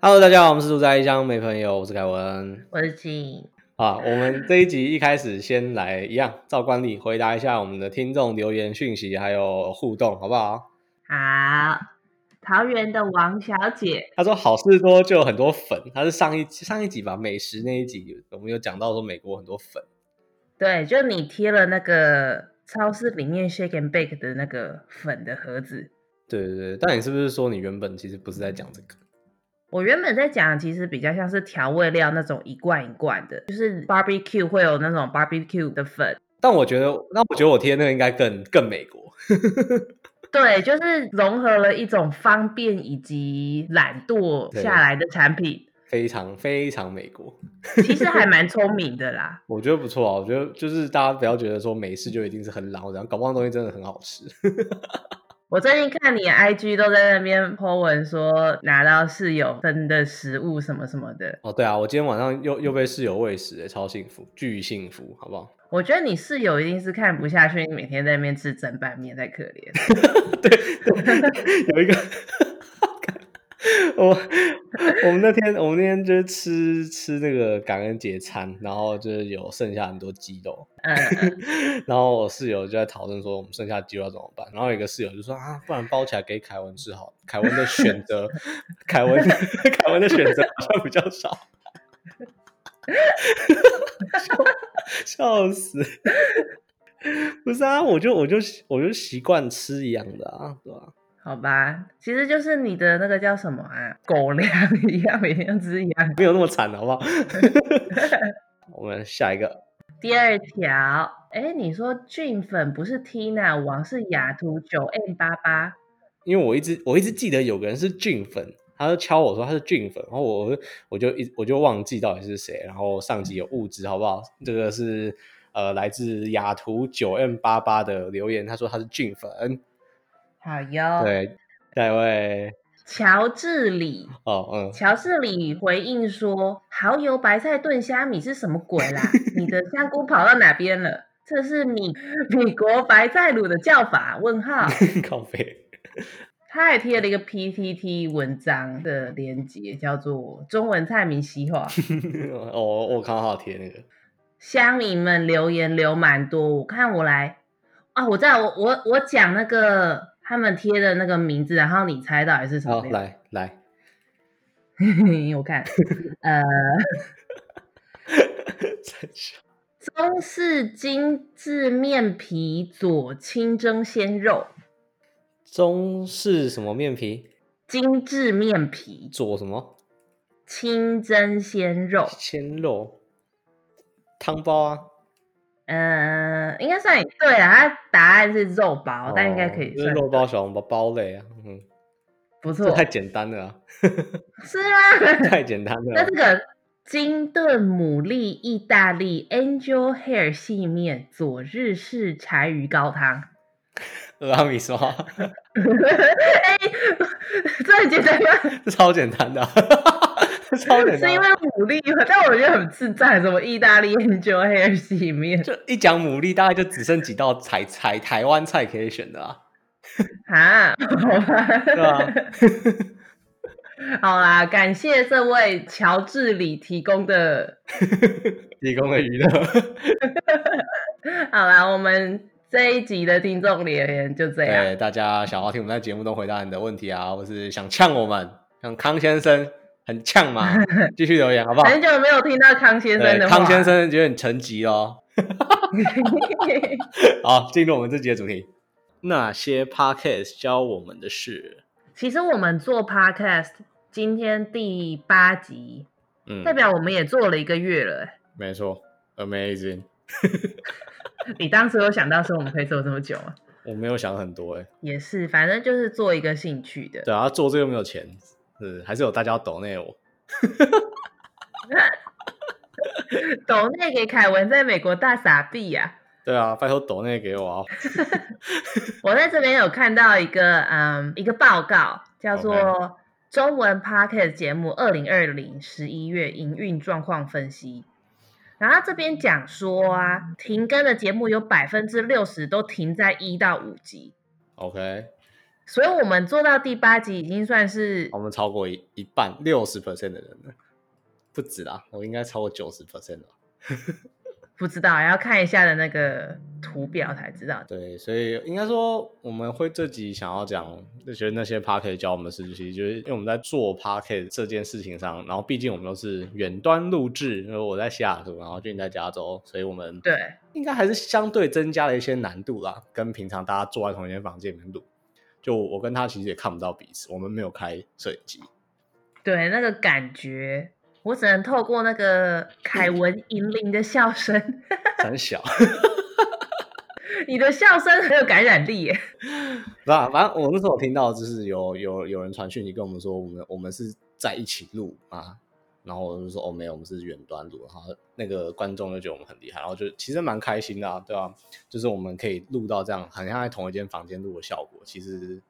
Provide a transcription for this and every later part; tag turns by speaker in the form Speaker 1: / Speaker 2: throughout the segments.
Speaker 1: Hello，大家好，我们是住在一张没朋友，我是凯文
Speaker 2: 我是静，
Speaker 1: 啊。我们这一集一开始先来一样，照惯例回答一下我们的听众留言讯息还有互动，好不好？
Speaker 2: 好，桃园的王小姐，
Speaker 1: 他说好事多就有很多粉，他是上一上一集吧，美食那一集我们有讲到说美国很多粉，
Speaker 2: 对，就你贴了那个超市里面 shake and bake 的那个粉的盒子。
Speaker 1: 对对对。但你是不是说你原本其实不是在讲这个？
Speaker 2: 我原本在讲，其实比较像是调味料那种一罐一罐的，就是 barbecue 会有那种 barbecue 的粉，
Speaker 1: 但我觉得，那我觉得我贴那个应该更更美国。
Speaker 2: 对，就是融合了一种方便以及懒惰
Speaker 1: 对
Speaker 2: 下来的产品，
Speaker 1: 非常非常美国，
Speaker 2: 其实还蛮聪明的啦。
Speaker 1: 我觉得不错啊。我觉得就是大家不要觉得说美式就一定是很老，然后搞不好东西真的很好吃。
Speaker 2: 我最近看你的 IG 都在那边 po 文说拿到室友分的食物什么什么的，
Speaker 1: 哦，对啊，我今天晚上又又被室友喂食、欸，超幸福，巨幸福，好不好？
Speaker 2: 我觉得你室友一定是看不下去，你每天在那边吃蒸拌面，太可怜。
Speaker 1: 对，对有一个我我们那天我们那天就是吃吃那个感恩节餐，然后就是有剩下很多鸡肉，
Speaker 2: 嗯，嗯
Speaker 1: 然后我室友就在讨论说我们剩下鸡肉要怎么办，然后有一个室友就说啊，不然包起来给凯文吃好了，凯文的选择，凯文凯文的选择好像比较少，笑笑死。不是啊，我就我就我就习惯吃一样的啊，对吧、
Speaker 2: 好吧，其实就是你的那个叫什么啊，狗粮一样，每天都吃一样。
Speaker 1: 没有那么惨，好不 好？我们下一个，
Speaker 2: 第二条，哎，你说俊粉不是 Tina 王是雅图九 M 八八，
Speaker 1: 因为我一直我一直记得有个人是俊粉，他就敲我说他是俊粉，然后我就我就一我就忘记到底是谁。然后上集有误知，好不好？这个是呃来自雅图九 M 八八的留言，他说他是俊粉，
Speaker 2: 好哟。，
Speaker 1: 对，下一位
Speaker 2: 乔治里，
Speaker 1: 哦嗯，
Speaker 2: 乔治里回应说：“蚝油白菜炖虾米是什么鬼啦？你的香菇跑到哪边了？这是米 米国白菜卤的叫法？”问号。
Speaker 1: 靠背，
Speaker 2: 他还贴了一个 PTT 文章的链接，叫做“中文菜名西 化。
Speaker 1: 哦我看到他有贴那个，”
Speaker 2: 乡民们留言留蛮多，我看我来啊，我知道，我我我讲那个他们贴的那个名字，然后你猜到底是什
Speaker 1: 好
Speaker 2: 么？
Speaker 1: 来来，
Speaker 2: 我看，呃，
Speaker 1: 三小
Speaker 2: 中式精致面皮佐清蒸鲜肉，
Speaker 1: 中式什么面皮
Speaker 2: 精致面皮
Speaker 1: 佐什么
Speaker 2: 清蒸鲜肉，
Speaker 1: 鲜肉汤包啊。
Speaker 2: 呃，应该算你对了，它答案是肉包，但应该可以
Speaker 1: 哦就是
Speaker 2: 算
Speaker 1: 肉包、小笼包包类啊，嗯，
Speaker 2: 不错
Speaker 1: 这，太简单了、啊，
Speaker 2: 是啊，
Speaker 1: 太简单了
Speaker 2: 那
Speaker 1: 啊
Speaker 2: 这。个金盾牡蛎意大利 Angel Hair 细面佐日式柴鱼高汤。
Speaker 1: 俄阿米刷，
Speaker 2: 哎、这简单吗？
Speaker 1: 这超简单的啊、 超简
Speaker 2: 是
Speaker 1: 单
Speaker 2: 因
Speaker 1: 啊、
Speaker 2: 为牡蛎吗，但我觉得很智障，什么意大利 Angel Hair 细面
Speaker 1: 就一讲牡蛎，大概就只剩几道台台台湾菜可以选的啊，
Speaker 2: 啊？好吧，
Speaker 1: 对啊 吧、
Speaker 2: 好啦，感谢这位乔治里提供的。
Speaker 1: 提供的娱乐，
Speaker 2: 好啦，我们这一集的听众留言就这样。
Speaker 1: 对大家想要听我们在节目中回答你的问题啊，或是想呛我们，像康先生很呛 嘛，继续留言好不好？
Speaker 2: 很久没有听到康先生
Speaker 1: 对，
Speaker 2: 的话，
Speaker 1: 康先生有点沉寂哦。好，进入我们这集的主题。那些 podcast 教我们的事，
Speaker 2: 其实我们做 podcast，今天第八集，
Speaker 1: 嗯
Speaker 2: 代表我们也做了一个月了欸。
Speaker 1: 没错，amazing。
Speaker 2: 你当时有想到说我们可以做这么久吗？
Speaker 1: 我没有想很多哎、
Speaker 2: 也是，反正就是做一个兴趣的。
Speaker 1: 对啊，做这个没有钱，是还是有大家要抖内我。
Speaker 2: 抖内给凯文在美国大傻逼呀、
Speaker 1: 对啊，拜托抖内给我啊！
Speaker 2: 我在这边有看到一个嗯一个报告，叫做
Speaker 1: OK
Speaker 2: 《中文 podcast 节目二零二零十一月营运状况分析》。然后这边讲说啊，停更的节目有百分之六十都停在一到五集，
Speaker 1: OK，
Speaker 2: 所以我们做到第八集已经算是
Speaker 1: 我们超过一一半六十 percent 的人了，不止啦，我应该超过九十 percent 了。
Speaker 2: 不知道，要看一下的那个图表才知道。
Speaker 1: 对，所以应该说我们会这集想要讲，就觉得那些 p a r k e t 教我们的事情，其实就是因为我们在做 p a r k e t 这件事情上，然后毕竟我们都是远端录制，因为我在西雅图，然后俊在加州，所以我们
Speaker 2: 对，
Speaker 1: 应该还是相对增加了一些难度啦，跟平常大家坐在同一间房间里面录，就我跟他其实也看不到彼此，我们没有开摄影机。
Speaker 2: 对，那个感觉，我只能透过那个凯文引领的笑声，
Speaker 1: 很小，
Speaker 2: 你的笑声很有感染力耶。
Speaker 1: 不啊，反正我那时候听到就是有有有人传讯息跟我们说，我们我们是在一起录啊，然后我就说哦没有，我们是远端录，然后那个观众就觉得我们很厉害，然后就其实蛮开心的、啊，对吧、就是我们可以录到这样，很像在同一间房间录的效果，其实。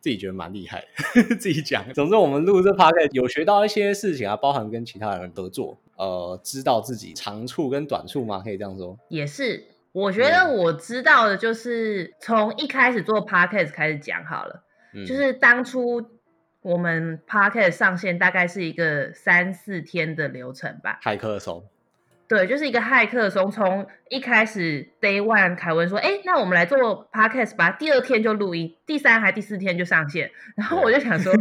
Speaker 1: 自己觉得蛮厉害的， 自己讲。总之，我们录这 p o d 有学到一些事情啊，包含跟其他人合作，呃，知道自己长处跟短处吗？可以这样说。
Speaker 2: 也是，我觉得我知道的就是从一开始做 podcast 开始讲好了，
Speaker 1: 嗯，
Speaker 2: 就是当初我们 podcast 上线大概是一个三四天的流程吧。
Speaker 1: 骇客 松，
Speaker 2: 对，就是一个骇客松，从一开始 day one，凯文说：“哎，那我们来做 podcast 吧。”第二天就录音，第三还第四天就上线。然后我就想说：“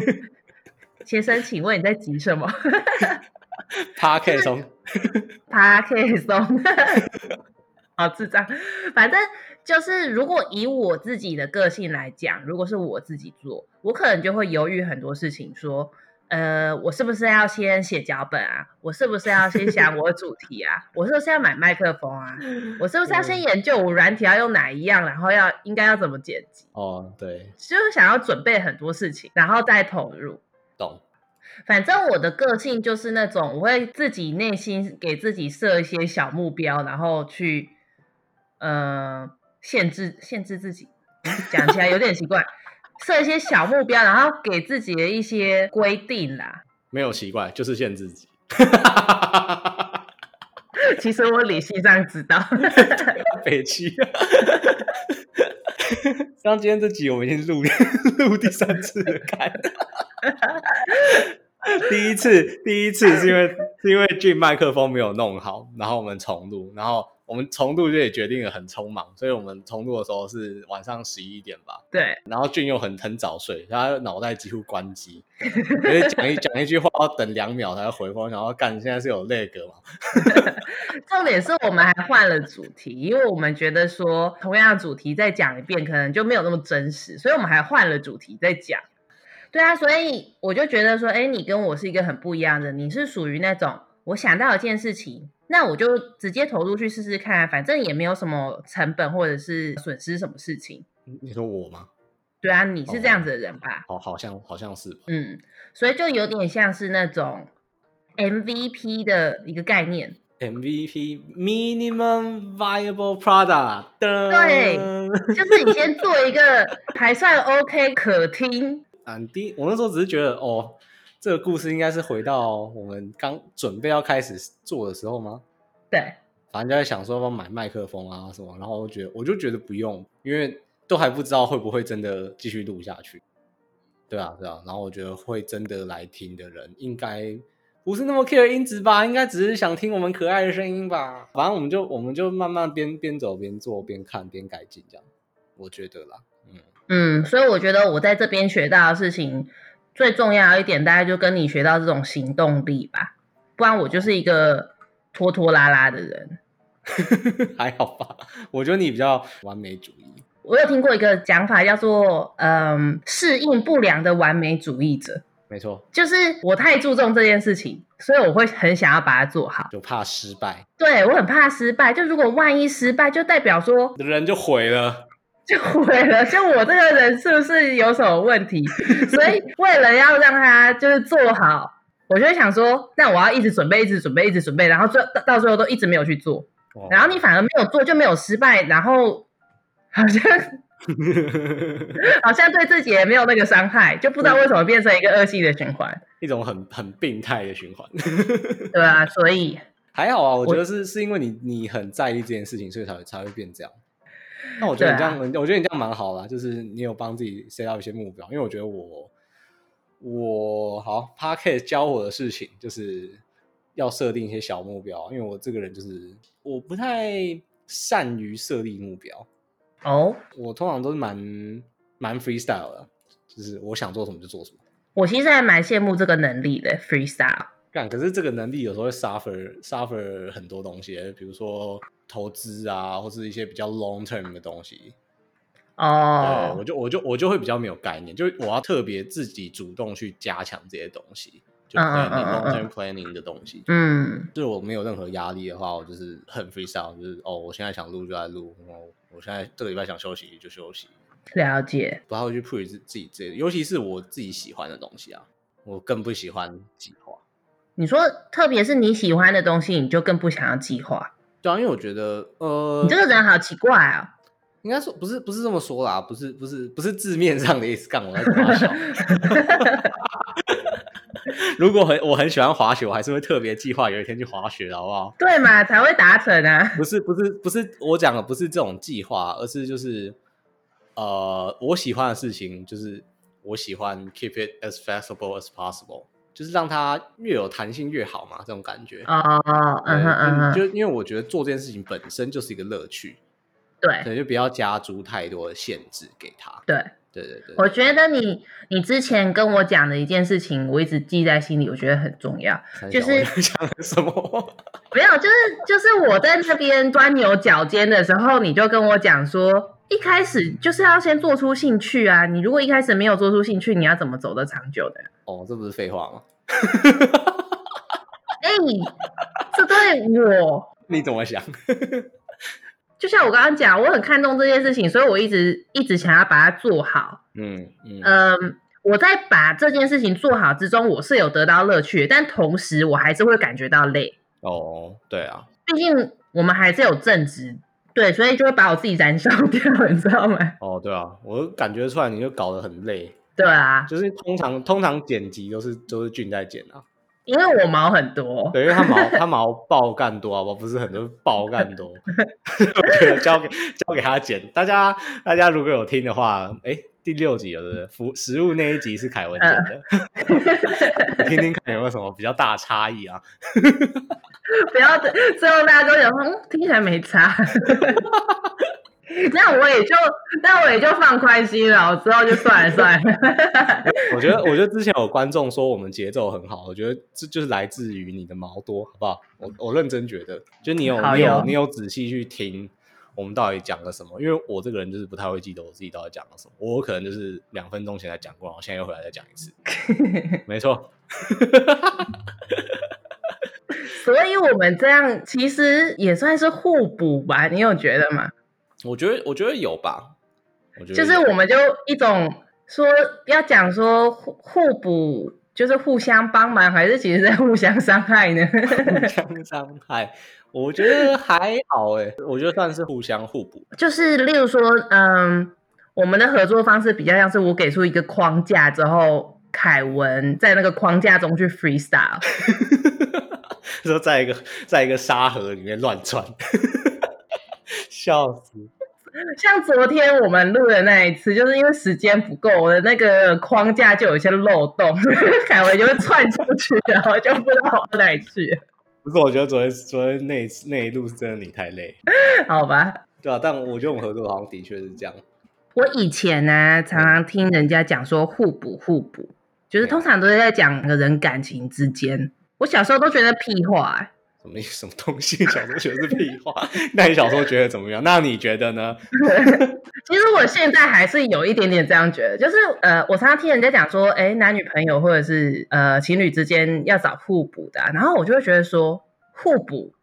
Speaker 2: 先生，请问你在急什么
Speaker 1: Podcast 从
Speaker 2: ？podcast 松， 好智障。反正就是，如果以我自己的个性来讲，如果是我自己做，我可能就会犹豫很多事情，说。”呃，我是不是要先写脚本啊？我是不是要先想我的主题啊？我是不是要买麦克风啊？我是不是要先研究我软体要用哪一样，然后要应该要怎么剪辑？
Speaker 1: 哦，对，
Speaker 2: 就是想要准备很多事情，然后再投入。
Speaker 1: 懂，
Speaker 2: 反正我的个性就是那种，我会自己内心给自己设一些小目标，然后去呃限制限制自己。嗯讲起来有点奇怪，设一些小目标，然后给自己的一些规定啦。
Speaker 1: 没有奇怪，就是限制自己。
Speaker 2: 其实我理性上知道，
Speaker 1: 北齐，像今天这集我们已经录 录第三次了，看。 第一次，第一次是因为是因为进麦克风没有弄好，然后我们重录，然后我们重录就也决定了很匆忙，所以我们重录的时候是晚上十一点吧，
Speaker 2: 对，
Speaker 1: 然后俊又很很早睡，他脑袋几乎关机， 就是讲一讲一句话要等两秒才会回风，然后干现在是有那个嘛，
Speaker 2: 重点是我们还换了主题，因为我们觉得说同样的主题再讲一遍可能就没有那么真实，所以我们还换了主题再讲。对啊，所以我就觉得说，哎，你跟我是一个很不一样的，你是属于那种我想到一件事情，那我就直接投入去试试看，啊反正也没有什么成本或者是损失什么事情。
Speaker 1: 你说我吗？
Speaker 2: 对啊，你是这样子的人吧？
Speaker 1: 好，好像好像是吧。
Speaker 2: 嗯，所以就有点像是那种 MVP 的一个概念。
Speaker 1: MVP minimum viable product，噔
Speaker 2: 对就是你先做一个还算 OK 可听，
Speaker 1: 啊，第一我那时候只是觉得哦，这个故事应该是回到我们刚准备要开始做的时候吗？
Speaker 2: 对
Speaker 1: 反正就在想说要不要买麦克风啊什么，然后我觉得我就觉得不用，因为都还不知道会不会真的继续录下去。对啊，对啊，然后我觉得会真的来听的人应该不是那么 care 音质吧，应该只是想听我们可爱的声音吧。反正我们就我们就慢慢边边走边做边看边改进这样，我觉得啦， 嗯，
Speaker 2: 嗯，所以我觉得我在这边学到的事情最重要的一点，大概就跟你学到这种行动力吧，不然我就是一个拖拖拉拉的人。
Speaker 1: 还好吧。我觉得你比较完美主义，
Speaker 2: 我有听过一个讲法，叫做嗯适应不良的完美主义者，
Speaker 1: 没错，
Speaker 2: 就是我太注重这件事情，所以我会很想要把它做好。
Speaker 1: 就怕失败，
Speaker 2: 对我很怕失败，就如果万一失败，就代表说
Speaker 1: 人就毁了。
Speaker 2: 就毁了，就我这个人是不是有什么问题？所以为了要让他就是做好，我就会想说，那我要一直准备，一直准备，一直准备，然后最到到最后都一直没有去做，
Speaker 1: 哇
Speaker 2: 然后你反而没有做就没有失败，然后好像好像对自己也没有那个伤害，就不知道为什么变成一个恶性的循环，
Speaker 1: 一种很很病态的循环。
Speaker 2: 对啊，所以
Speaker 1: 还好啊，我觉得是是因为你你很在意这件事情，所以才会才会变这样。那我觉得你这
Speaker 2: 对啊
Speaker 1: 样，我觉得你这样蛮好啦，就是你有帮自己 set 到一些目标，因为我觉得我我好 p a c k e t 教我的事情就是要设定一些小目标，因为我这个人就是我不太善于设立目标，
Speaker 2: 哦，
Speaker 1: 我通常都是蛮蛮 freestyle 的，就是我想做什么就做什么。
Speaker 2: 我其实还蛮羡慕这个能力的，freestyle。
Speaker 1: 干，可是这个能力有时候会 suffer suffer 很多东西，比如说投资啊，或是一些比较 long term 的东西。对，我
Speaker 2: 哦，
Speaker 1: 就我就我就会比较没有概念，就是我要特别自己主动去加强这些东西，就
Speaker 2: 嗯嗯
Speaker 1: planning
Speaker 2: 嗯
Speaker 1: long
Speaker 2: 嗯
Speaker 1: term planning 的东西。
Speaker 2: 嗯，
Speaker 1: 就是我没有任何压力的话，我就是很 freestyle，就是哦，我现在想录就来录，然后我现在这个礼拜想休息就休息，
Speaker 2: 了解。
Speaker 1: 不太会去 push 自自己这，尤其是我自己喜欢的东西啊，我更不喜欢计划。
Speaker 2: 你说，特别是你喜欢的东西，你就更不想要计划。
Speaker 1: 对啊，因为我觉得呃，
Speaker 2: 你这个人好奇怪哦。
Speaker 1: 应该说不是不是这么说啦，不是不是不是字面上的意思，干我在夸笑。 如果很我很喜欢滑雪，我还是会特别计划有一天去滑雪的，好不好？
Speaker 2: 对嘛，才会达成啊。
Speaker 1: 不是不是不是，我讲的不是这种计划，而是就是呃，我喜欢的事情就是我喜欢 keep it as flexible as possible，就是让它越有弹性越好嘛，这种感觉。
Speaker 2: 哦，嗯哼嗯
Speaker 1: 对，就
Speaker 2: 哼，
Speaker 1: 就因为我觉得做这件事情本身就是一个乐趣，
Speaker 2: 对
Speaker 1: 对，就不要加诸太多的限制给它。
Speaker 2: 对，
Speaker 1: 对对对，
Speaker 2: 我觉得你你之前跟我讲的一件事情，我一直记在心里，我觉得很重要。
Speaker 1: 三
Speaker 2: 就
Speaker 1: 小我
Speaker 2: 是
Speaker 1: 在讲 什么？
Speaker 2: 没有，就是就是我在那边钻牛角尖的时候，你就跟我讲说，一开始就是要先做出兴趣啊。你如果一开始没有做出兴趣，你要怎么走得长久 的？
Speaker 1: 哦，这不是废话吗？
Speaker 2: 哎、这对我
Speaker 1: 你怎么想？
Speaker 2: 就像我刚刚讲，我很看重这件事情，所以我一直一直想要把它做好。
Speaker 1: 嗯嗯，
Speaker 2: 嗯，我在把这件事情做好之中，我是有得到乐趣的，但同时我还是会感觉到累，
Speaker 1: 哦，对啊，
Speaker 2: 毕竟我们还是有正职，对，所以就会把我自己燃烧 掉，你知道吗？
Speaker 1: 哦对啊，我感觉出来你就搞得很累，
Speaker 2: 对啊，
Speaker 1: 就是通常通常剪辑都是都是俊在剪啊，
Speaker 2: 因为我毛很多，
Speaker 1: 对，因为他毛他毛爆干多好不好？不是很多爆干 多， 我觉得交给交给他剪。大家大家如果有听的话，哎，第六集有的服食物那一集是凯文剪的，
Speaker 2: 嗯
Speaker 1: 听听看有没有什么比较大的差异啊？
Speaker 2: 不要最后大家都想说，嗯，听起来没差。那我也就那我也就放宽心了，我之后就算了算了。
Speaker 1: 我觉得，我觉得之前有观众说我们节奏很好，我觉得这就是来自于你的毛多，好不好？我我认真觉得，就你有
Speaker 2: 好
Speaker 1: 你有
Speaker 2: 哟
Speaker 1: 你有仔细去听我们到底讲了什么，因为我这个人就是不太会记得我自己到底讲了什么，我可能就是两分钟前才讲过，然后现在又回来再讲一 次，没错，
Speaker 2: 所以我们这样其实也算是互补吧，你有觉得吗？
Speaker 1: 我觉得我觉得有吧，我觉得
Speaker 2: 就是
Speaker 1: 有
Speaker 2: 我们就一种说要讲说互互补，就是互相帮忙，还是其实在互相伤害呢？
Speaker 1: 互相伤害，我觉得还好哎、我觉得算是互相互补，
Speaker 2: 就是例如说，嗯，我们的合作方式比较像是我给出一个框架之后，凯文在那个框架中去 freestyle。
Speaker 1: 说在一个在一个沙盒里面乱窜， 笑死。
Speaker 2: 像昨天我们录的那一次，就是因为时间不够，我的那个框架就有一些漏洞， 凯文就会窜出去，然后就不知道跑到哪里去，
Speaker 1: 不是，我觉得昨天昨天那一次那一路是真的你太累，
Speaker 2: 好吧？
Speaker 1: 对啊，但我觉得我们合作好像的确是这样，
Speaker 2: 我以前呢、常常听人家讲说互补互补，就是
Speaker 1: 对啊
Speaker 2: 通常都是在讲两个人感情之间。我小时候都觉得屁话、欸，
Speaker 1: 什么什么东西， 小时候觉得是屁话，那你小时候觉得怎么样？那你觉得呢？
Speaker 2: 其实我现在还是有一点点这样觉得，就是呃，我常常听人家讲说，哎，男女朋友或者是呃情侣之间要找互补的啊、然后我就会觉得说互补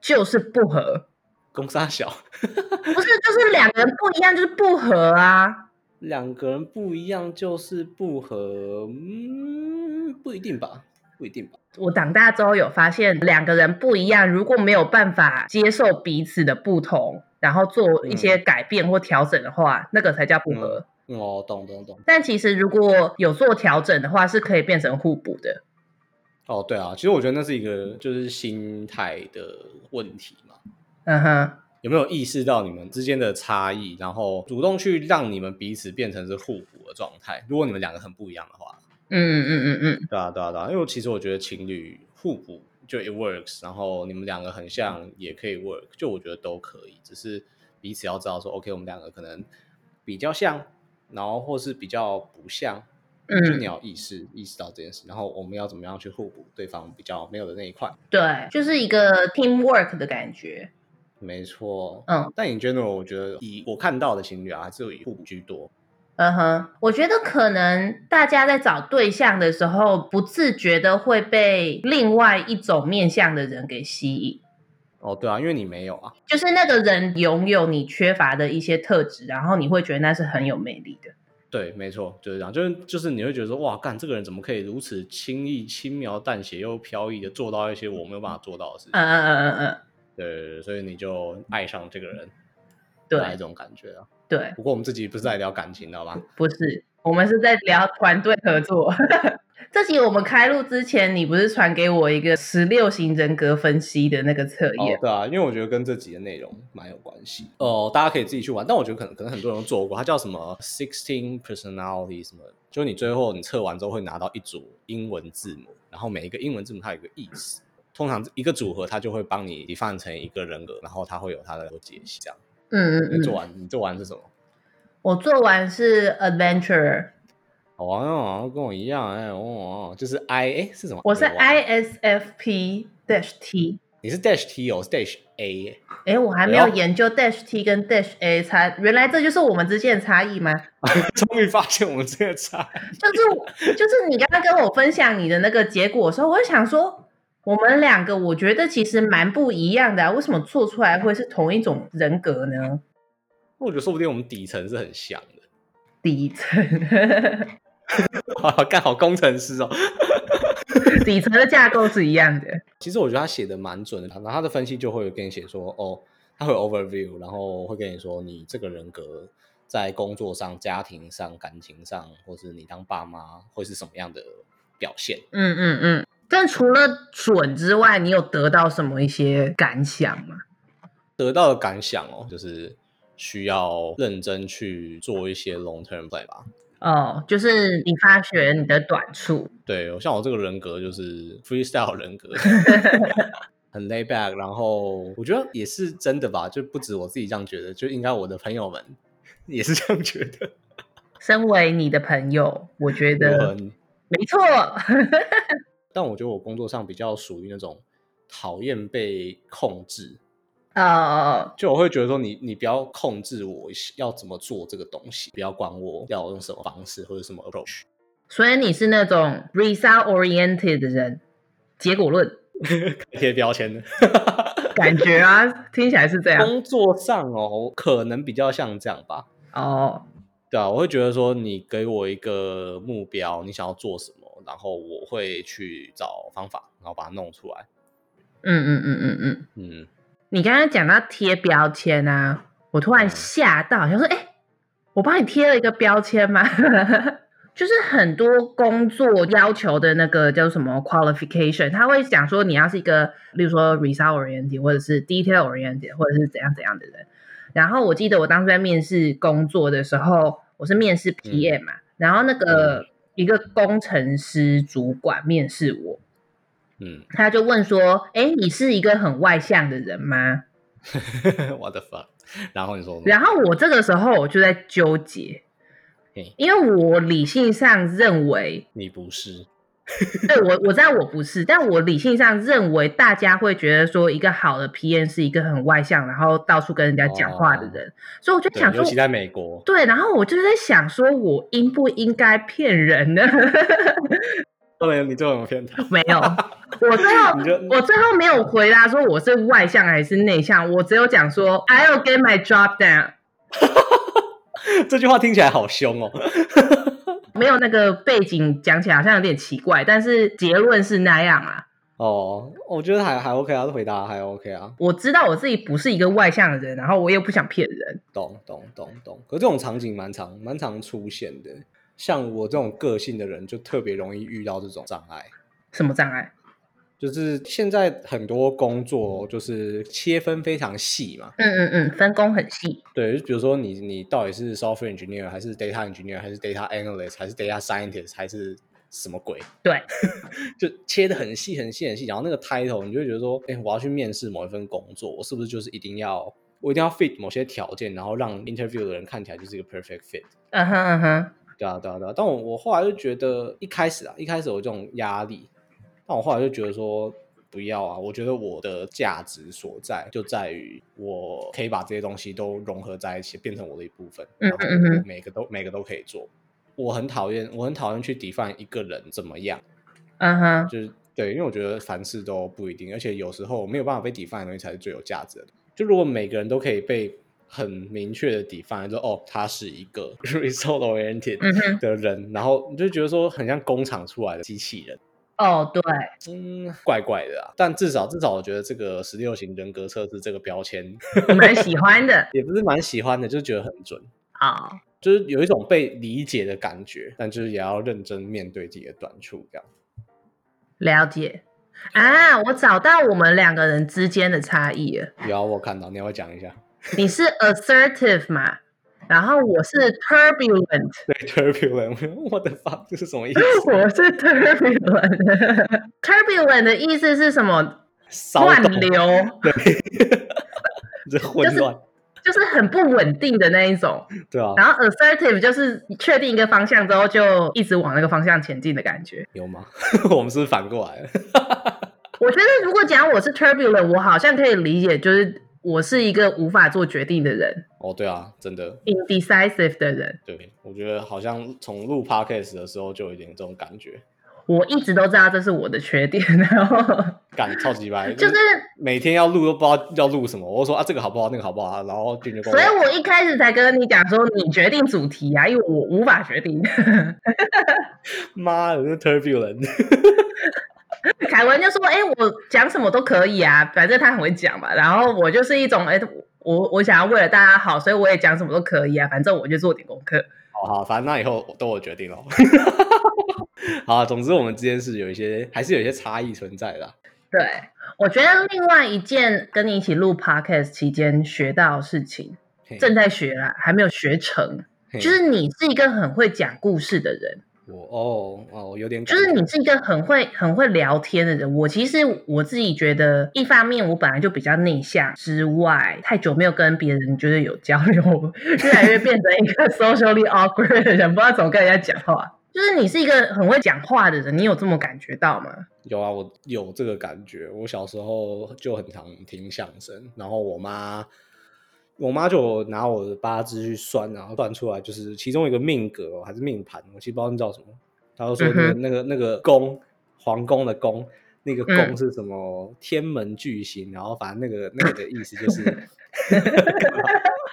Speaker 2: 就是不合，
Speaker 1: 公杀小，
Speaker 2: 不是就是两个人不一样就是不合啊。
Speaker 1: 两个人不一样就是不合，嗯，不一定吧，不一定吧。
Speaker 2: 我长大之后有发现，两个人不一样，如果没有办法接受彼此的不同，然后做一些改变或调整的话，那个才叫不合。
Speaker 1: 嗯哦，懂懂懂。
Speaker 2: 但其实如果有做调整的话，是可以变成互补的。
Speaker 1: 哦，对啊，其实我觉得那是一个就是心态的问题嘛，
Speaker 2: 嗯哼，
Speaker 1: 有没有意识到你们之间的差异，然后主动去让你们彼此变成是互补的状态？如果你们两个很不一样的话，
Speaker 2: 嗯嗯嗯嗯，
Speaker 1: 对啊，对啊，对啊，因为其实我觉得情侣互补就 it works，然后你们两个很像也可以 work，就我觉得都可以，只是彼此要知道说，OK，我们两个可能比较像，然后或是比较不像，就
Speaker 2: 嗯
Speaker 1: 你要意识意识到这件事，然后我们要怎么样去互补对方比较没有的那一块。
Speaker 2: 对，就是一个 teamwork 的感觉。
Speaker 1: 没错，
Speaker 2: 嗯
Speaker 1: 但 in general，我觉得以我看到的情侣啊，还是有以互补居多。
Speaker 2: 嗯哼，我觉得可能大家在找对象的时候，不自觉的会被另外一种面向的人给吸引，
Speaker 1: 哦，对啊，因为你没有啊，
Speaker 2: 就是那个人拥有你缺乏的一些特质，然后你会觉得那是很有魅力的。
Speaker 1: 对，没错，就是这样，就是就是你会觉得说，哇，干这个人怎么可以如此轻易、轻描淡写又飘逸的做到一些我没有办法做到的事情？
Speaker 2: 嗯嗯嗯嗯嗯，
Speaker 1: 对对对，所以你就爱上这个人，那一
Speaker 2: 对
Speaker 1: 种感觉啊。
Speaker 2: 对，
Speaker 1: 不过我们自己不是在聊感情，好吧？
Speaker 2: 不是，我们是在聊团队合作。 这集我们开录之前，你不是传给我一个十六型人格分析的那个测
Speaker 1: 哦
Speaker 2: 验？，
Speaker 1: 对啊，因为我觉得跟这集的内容蛮有关系。哦、大家可以自己去玩，但我觉得可能可能很多人都做过，它叫什么 sixteen personality 什么的，就你最后你测完之后会拿到一组英文字母，然后每一个英文字母它有一个意思。通常一个组合，它就会帮你 define 成一个人格，然后它会有它的解析。这样，
Speaker 2: 嗯嗯
Speaker 1: 你做
Speaker 2: 嗯，
Speaker 1: 完，你做完是什么？
Speaker 2: 我做完是 adventure，
Speaker 1: 好玩哦，跟我一样哎，哦，就是 I 哎是什么？
Speaker 2: 我是
Speaker 1: 也忘了
Speaker 2: ISFP dash T。
Speaker 1: 你是 dash T 哦，我是 dash A 哎
Speaker 2: 哎，我还没有
Speaker 1: 哎呦
Speaker 2: 研究 dash T 跟 dash A 差，原来这就是我们之间的差异吗？
Speaker 1: 终于发现我们这个差异。
Speaker 2: 就是就是你刚刚跟我分享你的那个结果的时候，我就想说，我们两个我觉得其实蛮不一样的、啊，为什么做出来会是同一种人格呢？
Speaker 1: 我觉得说不定我们底层是很像的，
Speaker 2: 底层，
Speaker 1: 好 干好工程师哦。
Speaker 2: 底层的架构是一样的。
Speaker 1: 其实我觉得他写的蛮准的，然后他的分析就会跟你写说，哦，他会有 overview，然后会跟你说你这个人格在工作上、家庭上、感情上，或是你当爸妈会是什么样的表现。
Speaker 2: 嗯嗯嗯。但除了准之外，你有得到什么一些感想吗？
Speaker 1: 得到的感想哦，就是需要认真去做一些 long term play 吧。
Speaker 2: 哦，就是你发觉你的短处。
Speaker 1: 对，像我这个人格就是 freestyle 人格，很 lay back。然后我觉得也是真的吧，就不止我自己这样觉得，就应该我的朋友们也是这样觉得。
Speaker 2: 身为你的朋友，我觉
Speaker 1: 我
Speaker 2: 得
Speaker 1: 很，
Speaker 2: 没错。
Speaker 1: 但我觉得我工作上比较属于那种讨厌被控制，
Speaker 2: 呃，
Speaker 1: 就我会觉得说你你不要控制我要怎么做这个东西，不要管我要用什么方式或者什么 approach。
Speaker 2: 所以你是那种 result oriented 的人，结果论
Speaker 1: 贴标签的，
Speaker 2: 感觉啊，听起来是这样。
Speaker 1: 工作上哦，可能比较像这样吧。
Speaker 2: 哦，
Speaker 1: 对啊，我会觉得说，你给我一个目标，你想要做什么，然后我会去找方法，然后把它弄出来。
Speaker 2: 嗯嗯嗯嗯嗯。
Speaker 1: 嗯，
Speaker 2: 你刚刚讲到贴标签啊，我突然吓到，想说，哎、我帮你贴了一个标签吗？ 就是很多工作要求的那个叫什么 qualification，他会讲说你要是一个，例如说 result oriented，或者是 detail oriented，或者是怎样怎样的人。然后我记得我当时在面试工作的时候，我是面试 PM 嘛，然后那个一个工程师主管面试我，
Speaker 1: 嗯
Speaker 2: 他就问说：“哎，你是一个很外向的人吗？”
Speaker 1: ，what the fuck？然 后你说什么？
Speaker 2: 然后我这个时候我就在纠结
Speaker 1: 嘿，
Speaker 2: 因为我理性上认为，
Speaker 1: 你不是，
Speaker 2: 对我我知道我不是，但我理性上认为大家会觉得说一个好的 PM 是一个很外向，然后到处跟人家讲话的人，所以我就
Speaker 1: 哦对，
Speaker 2: 想
Speaker 1: 尤
Speaker 2: 说
Speaker 1: 其，在美国，
Speaker 2: 对，然后我就是在想说，我应不应该骗人呢？
Speaker 1: 当然你最后有骗他，
Speaker 2: 没有，我最后
Speaker 1: 你就
Speaker 2: 我最后没有回答说我是外向还是内向，我只有讲说 I'll get my job done。
Speaker 1: 这句话听起来好凶哦。
Speaker 2: 没有那个背景讲起来好像有点奇怪，但是结论是那样啊。
Speaker 1: 哦，我觉得还还 OK 啊，这回答还 OK 啊，
Speaker 2: 我知道我自己不是一个外向的人，然后我又不想骗人。
Speaker 1: 懂懂懂懂。可这种场景蛮常蛮常出现的，像我这种个性的人就特别容易遇到这种障碍。
Speaker 2: 什么障碍？
Speaker 1: 就是现在很多工作就是切分非常细嘛，
Speaker 2: 嗯嗯嗯，分工很细，
Speaker 1: 对，就比如说你你到底是 software engineer 还是 data engineer 还是 data analyst 还是 data scientist 还是什么鬼，
Speaker 2: 对，
Speaker 1: 就切的很细很细很细，然后那个 title 你就会觉得说，哎、我要去面试某一份工作，我是不是就是一定要我一定要 fit 某些条件，然后让 interview 的人看起来就是一个 perfect fit。
Speaker 2: 嗯哼嗯哼，
Speaker 1: 对啊，对啊，对啊。但我我后来就觉得，一开始啊，一开始有这种压力，但我后来就觉得说，不要啊！我觉得我的价值所在就在于我可以把这些东西都融合在一起，变成我的一部分，然
Speaker 2: 嗯
Speaker 1: 后
Speaker 2: 嗯嗯
Speaker 1: 我每个都每个都可以做。我很讨厌，我很讨厌去 define 一个人怎么样，
Speaker 2: 嗯哼，
Speaker 1: 就是对，因为我觉得凡事都不一定，而且有时候没有办法被 define 的东西才是最有价值的。就如果每个人都可以被很明确的 define，说哦，他是一个 result oriented，
Speaker 2: 嗯哼，
Speaker 1: 的人，然后你就觉得说很像工厂出来的机器人，
Speaker 2: 哦，对，
Speaker 1: 嗯，怪怪的啊。但至少至少我觉得这个十六型人格测试这个标签
Speaker 2: 我蛮喜欢 的，
Speaker 1: 也不是蛮喜欢的，就觉得很准，
Speaker 2: 好。
Speaker 1: 就是有一种被理解的感觉，但就是也要认真面对自己的短处，这样。
Speaker 2: 了解啊，我找到我们两个人之间的差异了。
Speaker 1: 有啊，我有看到，你要不要讲一下？
Speaker 2: 你是 assertive 嘛，然后我是 turbulent，
Speaker 1: 对，turbulent，我 的 fuck，这是什么 意思？
Speaker 2: 我是 turbulent。turbulent 的意思是什么？
Speaker 1: 骚
Speaker 2: 乱
Speaker 1: 动，
Speaker 2: 流，
Speaker 1: 这混乱，
Speaker 2: 就是很不稳定的那一种。
Speaker 1: 对啊，
Speaker 2: 然后 assertive 就是你确定一个方向之后，就一直往那个方向前进的感觉。
Speaker 1: 有吗？ 我们是不是反过来了？
Speaker 2: 我觉得如果讲我是 turbulent，我好像可以理解，就是我是一个无法做决定的人
Speaker 1: 哦，对啊，真的，
Speaker 2: ，indecisive 的人。
Speaker 1: 对，我觉得好像从录 podcast 的时候就有一点这种感觉，
Speaker 2: 我一直都知道这是我的缺点， 然后
Speaker 1: 感超级白，
Speaker 2: 就是，
Speaker 1: 每天要录都不知道要录什么。我就说啊，这个好不好，那个好不好啊，然后俊就跟我
Speaker 2: 所以
Speaker 1: 说，
Speaker 2: 我一开始才跟你讲说你决定主题啊，因为我无法决定。
Speaker 1: 妈的，这 turbulent，
Speaker 2: 凯文就说：“哎、我讲什么都可以啊，反正他很会讲嘛。”然后我就是一种，哎、我我想要为了大家好，所以我也讲什么都可以啊，反正我就做点功课。
Speaker 1: 好好，反正那以后都我决定了。 好，总之我们之间是有一些，还是有一些差异存在的啊、
Speaker 2: 对，我觉得另外一件跟你一起录 podcast 期间学到的事情，
Speaker 1: 嘿
Speaker 2: 正在学啦，还没有学成，
Speaker 1: 嘿
Speaker 2: 就是你是一个很会讲故事的人。
Speaker 1: 我哦哦，我有点
Speaker 2: 就
Speaker 1: 感
Speaker 2: 是
Speaker 1: 觉
Speaker 2: 你是一个很会很会聊天的人。我其实我自己觉得，一方面我本来就比较内向，之外太久没有跟别人就是有交流， 越来越变成一个 socially awkward 的人，不知道怎么跟人家讲话。就是你是一个很会讲话的人，你有这么感觉到吗？
Speaker 1: 有啊，我有这个感觉。我小时候就很常听相声，然后我妈，我妈就拿我的八字去算，然后算出来就是其中一个命格哦还是命盘，我其实不知道那叫什么。她就说那个、
Speaker 2: 嗯
Speaker 1: 那个那个宫，皇宫的宫，那个宫
Speaker 2: 嗯
Speaker 1: 是什么？天门巨星，然后反正那个那个的意思就是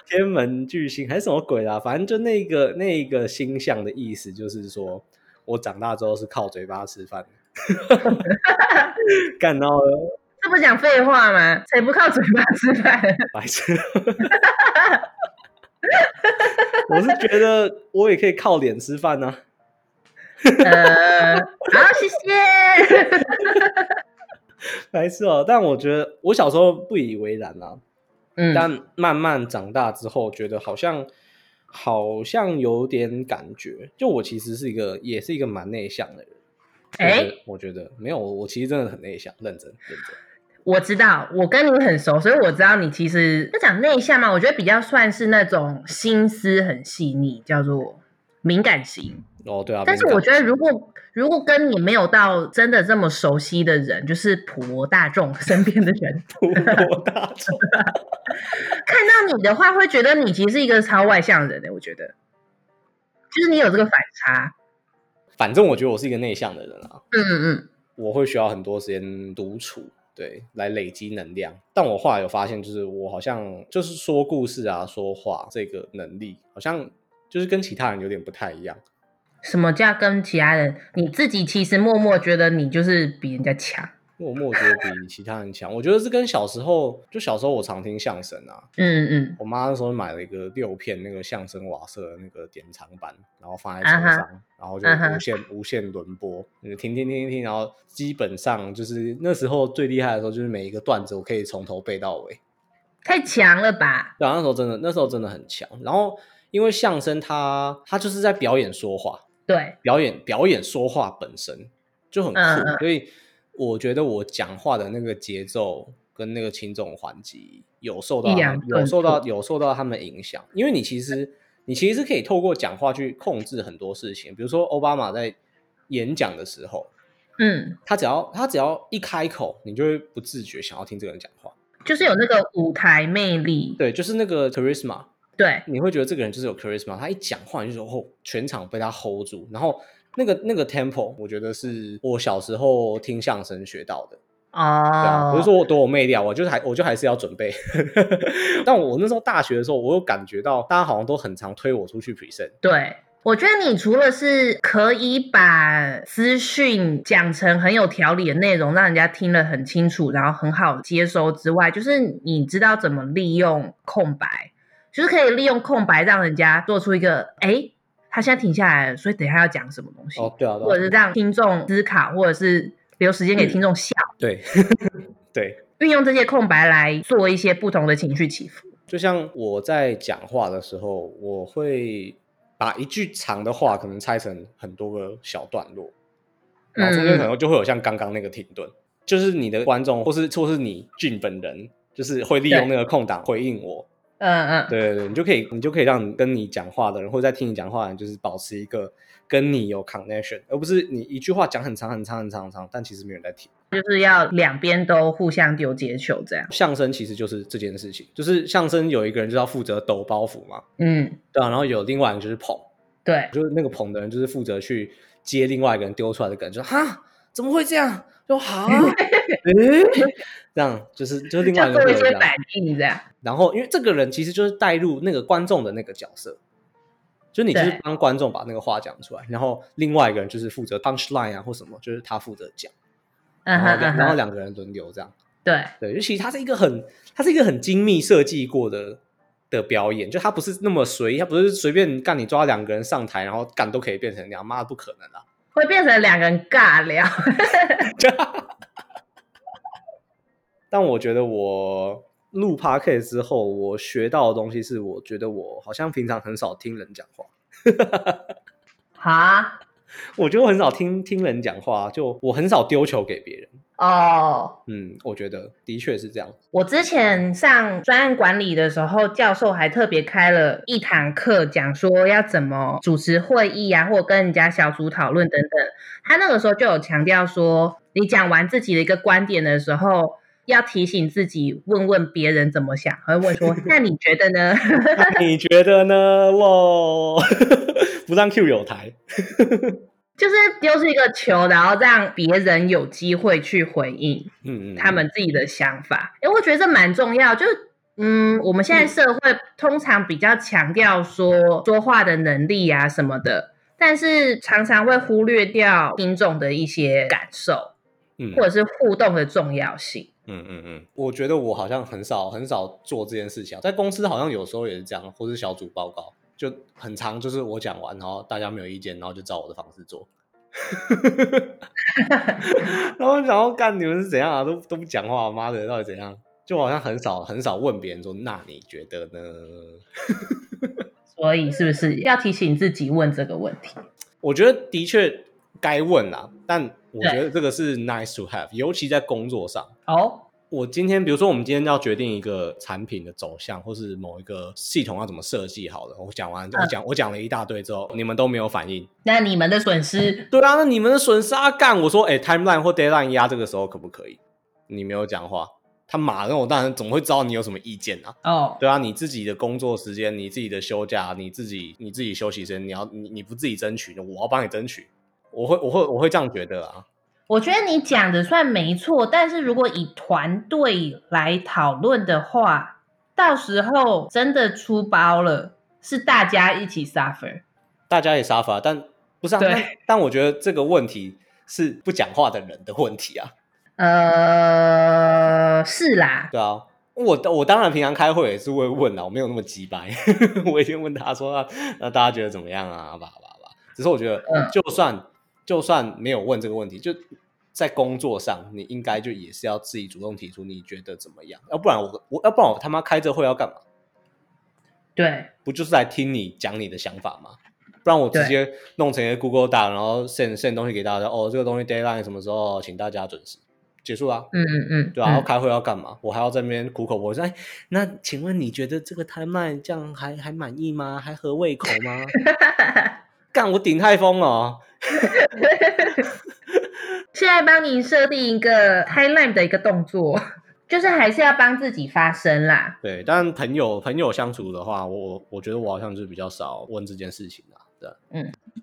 Speaker 1: 天门巨星还是什么鬼啦、反正就那个那个星象的意思就是说我长大之后是靠嘴巴吃饭的。 干到了
Speaker 2: 这不讲废话吗？谁不靠嘴巴吃饭？
Speaker 1: 白痴。我是觉得我也可以靠脸吃饭啊呢、
Speaker 2: 呃，好，谢谢。
Speaker 1: 白痴哦。但我觉得我小时候不以为然啊啦、
Speaker 2: 嗯，
Speaker 1: 但慢慢长大之后，觉得好像好像有点感觉。就我其实是一个，也是一个蛮内向的人。我
Speaker 2: 哎、
Speaker 1: 觉得，我觉得没有，我我其实真的很内向，认真认真。
Speaker 2: 我知道，我跟你很熟，所以我知道你其实要讲内向嘛，我觉得比较算是那种心思很细腻，叫做敏感型。
Speaker 1: 哦，对啊，
Speaker 2: 但是
Speaker 1: 敏感
Speaker 2: 我觉得，如果如果跟你没有到真的这么熟悉的人，就是普罗大众身边的人，
Speaker 1: 普罗大众。
Speaker 2: 看到你的话，会觉得你其实是一个超外向的人、欸。我觉得，就是你有这个反差。
Speaker 1: 反正我觉得我是一个内向的人啊。
Speaker 2: 嗯嗯
Speaker 1: 我会需要很多时间独处，对，来累积能量。但我后来有发现，就是我好像就是说故事啊、说话这个能力，好像就是跟其他人有点不太一样。
Speaker 2: 什么叫跟其他人？你自己其实默默觉得你就是比人家强。
Speaker 1: 默默觉得比其他人强。我觉得是跟小时候，就小时候我常听相声啊，
Speaker 2: 嗯嗯，
Speaker 1: 我妈那时候买了一个六片那个相声瓦舍的那个典藏版，然后放在车上
Speaker 2: 啊
Speaker 1: 然后就
Speaker 2: 啊哈
Speaker 1: 无限、无限轮播，就是听听听听听，然后基本上就是那时候最厉害的时候，就是每一个段子我可以从头背到尾。
Speaker 2: 太强了吧？
Speaker 1: 对啊，那时候真的，那时候真的很强。然后因为相声它它就是在表演说话，
Speaker 2: 对，
Speaker 1: 表演表演说话本身就很酷，
Speaker 2: 嗯嗯
Speaker 1: 所以我觉得我讲话的那个节奏跟那个轻重缓急有受到
Speaker 2: 抑
Speaker 1: 他
Speaker 2: 扬
Speaker 1: 们有
Speaker 2: 顿
Speaker 1: 受到有受到他们影响，因为你其实你其实是可以透过讲话去控制很多事情，比如说奥巴马在演讲的时候，
Speaker 2: 嗯，
Speaker 1: 他只要他只要一开口，你就会不自觉想要听这个人讲话，
Speaker 2: 就是有那个舞台魅力，
Speaker 1: 对，就是那个 charisma。
Speaker 2: 对，
Speaker 1: 你会觉得这个人就是有 charisma，他一讲话你就说哦，全场被他 hold 住，然后那个那个 tempo，我觉得是我小时候听相声学到的，对啊，
Speaker 2: 哦，
Speaker 1: 不是说我多有魅力啊，我就是还我就还是要准备， 但我那时候大学的时候，我有感觉到大家好像都很常推我出去 present，
Speaker 2: 对。我觉得你除了是可以把资讯讲成很有条理的内容，让人家听了很清楚，然后很好接收之外，就是你知道怎么利用空白，就是可以利用空白让人家做出一个，哎，他现在停下来了，所以等一下要讲什么东西，
Speaker 1: 哦，对啊，
Speaker 2: 或者
Speaker 1: 对
Speaker 2: 是
Speaker 1: 啊，
Speaker 2: 让听众思考，或者是留时间给听众笑，
Speaker 1: 对 对，
Speaker 2: 运用这些空白来做一些不同的情绪起伏。
Speaker 1: 就像我在讲话的时候，我会把一句长的话可能拆成很多个小段落，然后中间可能就会有像刚刚那个停顿，就是你的观众或是或是你俊本人，就是会利用那个空档回应我。
Speaker 2: 嗯嗯，
Speaker 1: 对对对，你就可以你就可以让跟你讲话的人或者在听你讲话的人，就是保持一个跟你有 connection，而不是你一句话讲很长很长很长很长，但其实没有人在听。
Speaker 2: 就是要两边都互相丢接球这样。
Speaker 1: 相声其实就是这件事情，就是相声有一个人就要负责抖包袱嘛，
Speaker 2: 嗯，
Speaker 1: 对啊，然后有另外一个人就是捧。
Speaker 2: 对，
Speaker 1: 就是那个捧的人，就是负责去接另外一个人丢出来的梗，就说哈怎么会这样？就哈， 诶、这样就是就是另外
Speaker 2: 就
Speaker 1: 一个
Speaker 2: 做
Speaker 1: 人啊会有
Speaker 2: 一些
Speaker 1: 这
Speaker 2: 反
Speaker 1: 样。
Speaker 2: 应这样。
Speaker 1: 然后因为这个人其实就是带入那个观众的那个角色，就你就是
Speaker 2: 对
Speaker 1: 帮观众把那个话讲出来，然后另外一个人就是负责 punch line 啊或什么，就是他负责讲，
Speaker 2: 嗯
Speaker 1: 然后
Speaker 2: 哼
Speaker 1: 两、
Speaker 2: 嗯
Speaker 1: 然后
Speaker 2: 哼，
Speaker 1: 两个人轮流这样。
Speaker 2: 对，
Speaker 1: 对，就其实它是一个很，它是一个很精密设计过的的表演，就它不是那么随意，它不是随便干你抓两个人上台，然后干都可以变成那样，妈的不可能啊啦！
Speaker 2: 会变成两个人尬聊。
Speaker 1: 但我觉得我录 podcast 之后，我学到的东西是，我觉得我好像平常很少听人讲话，
Speaker 2: 哈
Speaker 1: 我觉得我很少听听人讲话，啊就我很少丢球给别人，
Speaker 2: 哦，
Speaker 1: 嗯，我觉得的确是这样，
Speaker 2: 我之前上专案管理的时候，教授还特别开了一堂课，讲说要怎么主持会议啊，或跟人家小组讨论等等。他那个时候就有强调说，你讲完自己的一个观点的时候。要提醒自己问问别人怎么想，还会 问说：“那你觉得呢？”
Speaker 1: 那你觉得呢？哇， 不让 Q 有台，
Speaker 2: 就是丢出一个球，然后让别人有机会去回应
Speaker 1: 嗯嗯，
Speaker 2: 他们自己的想法。哎、我觉得这蛮重要。就是嗯，我们现在社会通常比较强调说说话的能力啊什么的，但是常常会忽略掉听众的一些感受
Speaker 1: 嗯
Speaker 2: 或者是互动的重要性。
Speaker 1: 嗯嗯嗯，我觉得我好像很少很少做这件事情啊，在公司好像有时候也是这样，或是小组报告就很长，就是我讲完，然后大家没有意见，然后就照我的方式做。 然后然后干你们是怎样啊？都都不讲话，妈的，到底怎样？就好像很少很少问别人说，那你觉得呢？
Speaker 2: 所以是不是要提醒自己问这个问题？
Speaker 1: 我觉得的确该问啦，但我
Speaker 2: 对
Speaker 1: 觉得这个是 nice to have，尤其在工作上。
Speaker 2: 哦，
Speaker 1: 我今天，比如说我们今天要决定一个产品的走向，或是某一个系统要怎么设计，好了，我讲完，我讲我讲了一大堆之后，你们都没有反应，
Speaker 2: 那你们的损失，
Speaker 1: 对啊，那你们的损失啊，干，我说，哎、t i m e l i n e 或 deadline 压这个时候可不可以？你没有讲话，他马上我当然总会知道你有什么意见啊，
Speaker 2: 哦，
Speaker 1: 对啊，你自己的工作时间，你自己的休假，你自己你自己休息时间，你要你你不自己争取，我要帮你争取，我会我会我会这样觉得啊，
Speaker 2: 我觉得你讲的算没错，但是如果以团队来讨论的话，到时候真的出包了，是大家一起 suffer。
Speaker 1: 大家也沙发，但不是、啊、
Speaker 2: 对
Speaker 1: 但但我觉得这个问题是不讲话的人的问题啊。
Speaker 2: 呃，是啦，
Speaker 1: 对啊，我我当然平常开会也是会问啊啦，我没有那么鸡掰， 我一定问他说，那那大家觉得怎么样啊？吧吧吧。只是我觉得
Speaker 2: 嗯，
Speaker 1: 就算就算没有问这个问题，就在工作上，你应该就也是要自己主动提出你觉得怎么样，要不然我我要不然我他妈开这会要干嘛？
Speaker 2: 对
Speaker 1: 不就是来听你讲你的想法吗？不然我直接弄成一个 Google Doc，然后 send send 东西给大家，哦，这个东西 deadline 什么时候，请大家准时结束啦。
Speaker 2: 嗯嗯嗯，
Speaker 1: 对啊，要
Speaker 2: 嗯
Speaker 1: 开会要干嘛？我还要在那边苦口婆心。哎，那请问你觉得这个 timeline 这样还还满意吗？还合胃口 吗？干，我顶太疯了哦、
Speaker 2: 现在帮你设定一个 timeline 的一个动作， 就是还是要帮自己发声啦。
Speaker 1: 对，但朋友朋友相处的话，我我觉得我好像就是比较少问这件事情啊。对，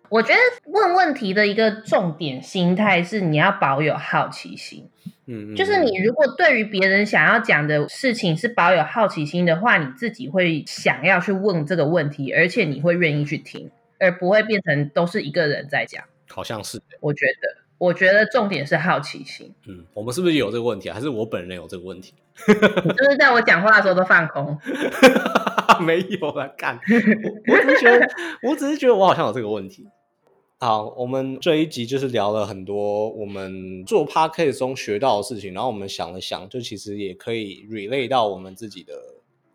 Speaker 2: 我觉得问问题的一个重点心态是你要保有好奇心，
Speaker 1: 嗯，嗯
Speaker 2: 就是你
Speaker 1: 嗯
Speaker 2: 如果对于别人想要讲的事情是保有好奇心的话，你自己会想要去问这个问题，而且你会愿意去听，而不会变成都是一个人在讲。
Speaker 1: 好像是，
Speaker 2: 我觉得，我觉得重点是好奇心。
Speaker 1: 嗯，我们是不是有这个问题啊？还是我本人有这个问题？
Speaker 2: 你是不是在我讲话的时候都放空？
Speaker 1: 没有了，干，我我只是觉得，我只是觉得我好像有这个问题。好，我们这一集就是聊了很多我们做 p a c a s t 中学到的事情，然后我们想了想，就其实也可以 relate 到我们自己的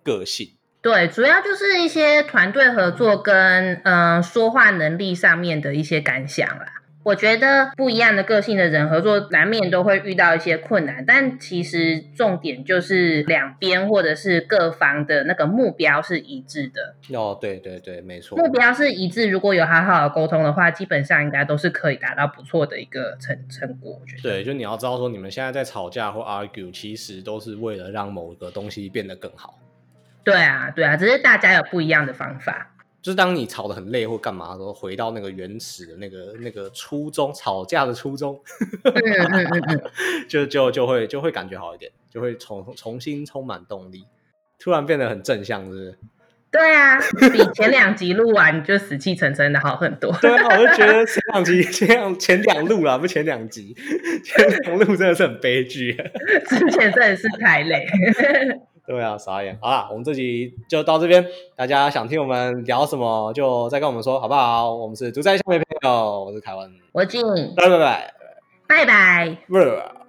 Speaker 1: 个性。
Speaker 2: 对，主要就是一些团队合作跟嗯、呃说话能力上面的一些感想啦。我觉得不一样的个性的人合作，难免都会遇到一些困难，但其实重点就是两边或者是各方的那个目标是一致的，
Speaker 1: 哦，对对对，没错。
Speaker 2: 目标是一致，如果有好好的沟通的话，基本上应该都是可以达到不错的一个成成果。我觉得，
Speaker 1: 对，就你要知道说，你们现在在吵架或 argue，其实都是为了让某个东西变得更好。
Speaker 2: 对啊，对啊，只是大家有不一样的方法。
Speaker 1: 就是当你吵得很累或干嘛的时候，回到那个原始的那个那个初衷，吵架的初衷，
Speaker 2: 嗯嗯嗯嗯，
Speaker 1: 就就就会就会感觉好一点，就会重重新充满动力，突然变得很正向，是不是？
Speaker 2: 对啊，比前两集录完就死气沉沉的好很多。
Speaker 1: 对啊，我就觉得前两集前两前两路啦，不是前两集，前两路真的是很悲剧。
Speaker 2: 之前真的是太累。
Speaker 1: 对啊，傻眼。好啦，我们这集就到这边，大家想听我们聊什么就再跟我们说，好不好？我们是独在下面的朋友，我是台湾，
Speaker 2: 我进，
Speaker 1: 拜拜拜
Speaker 2: 拜拜。
Speaker 1: 拜。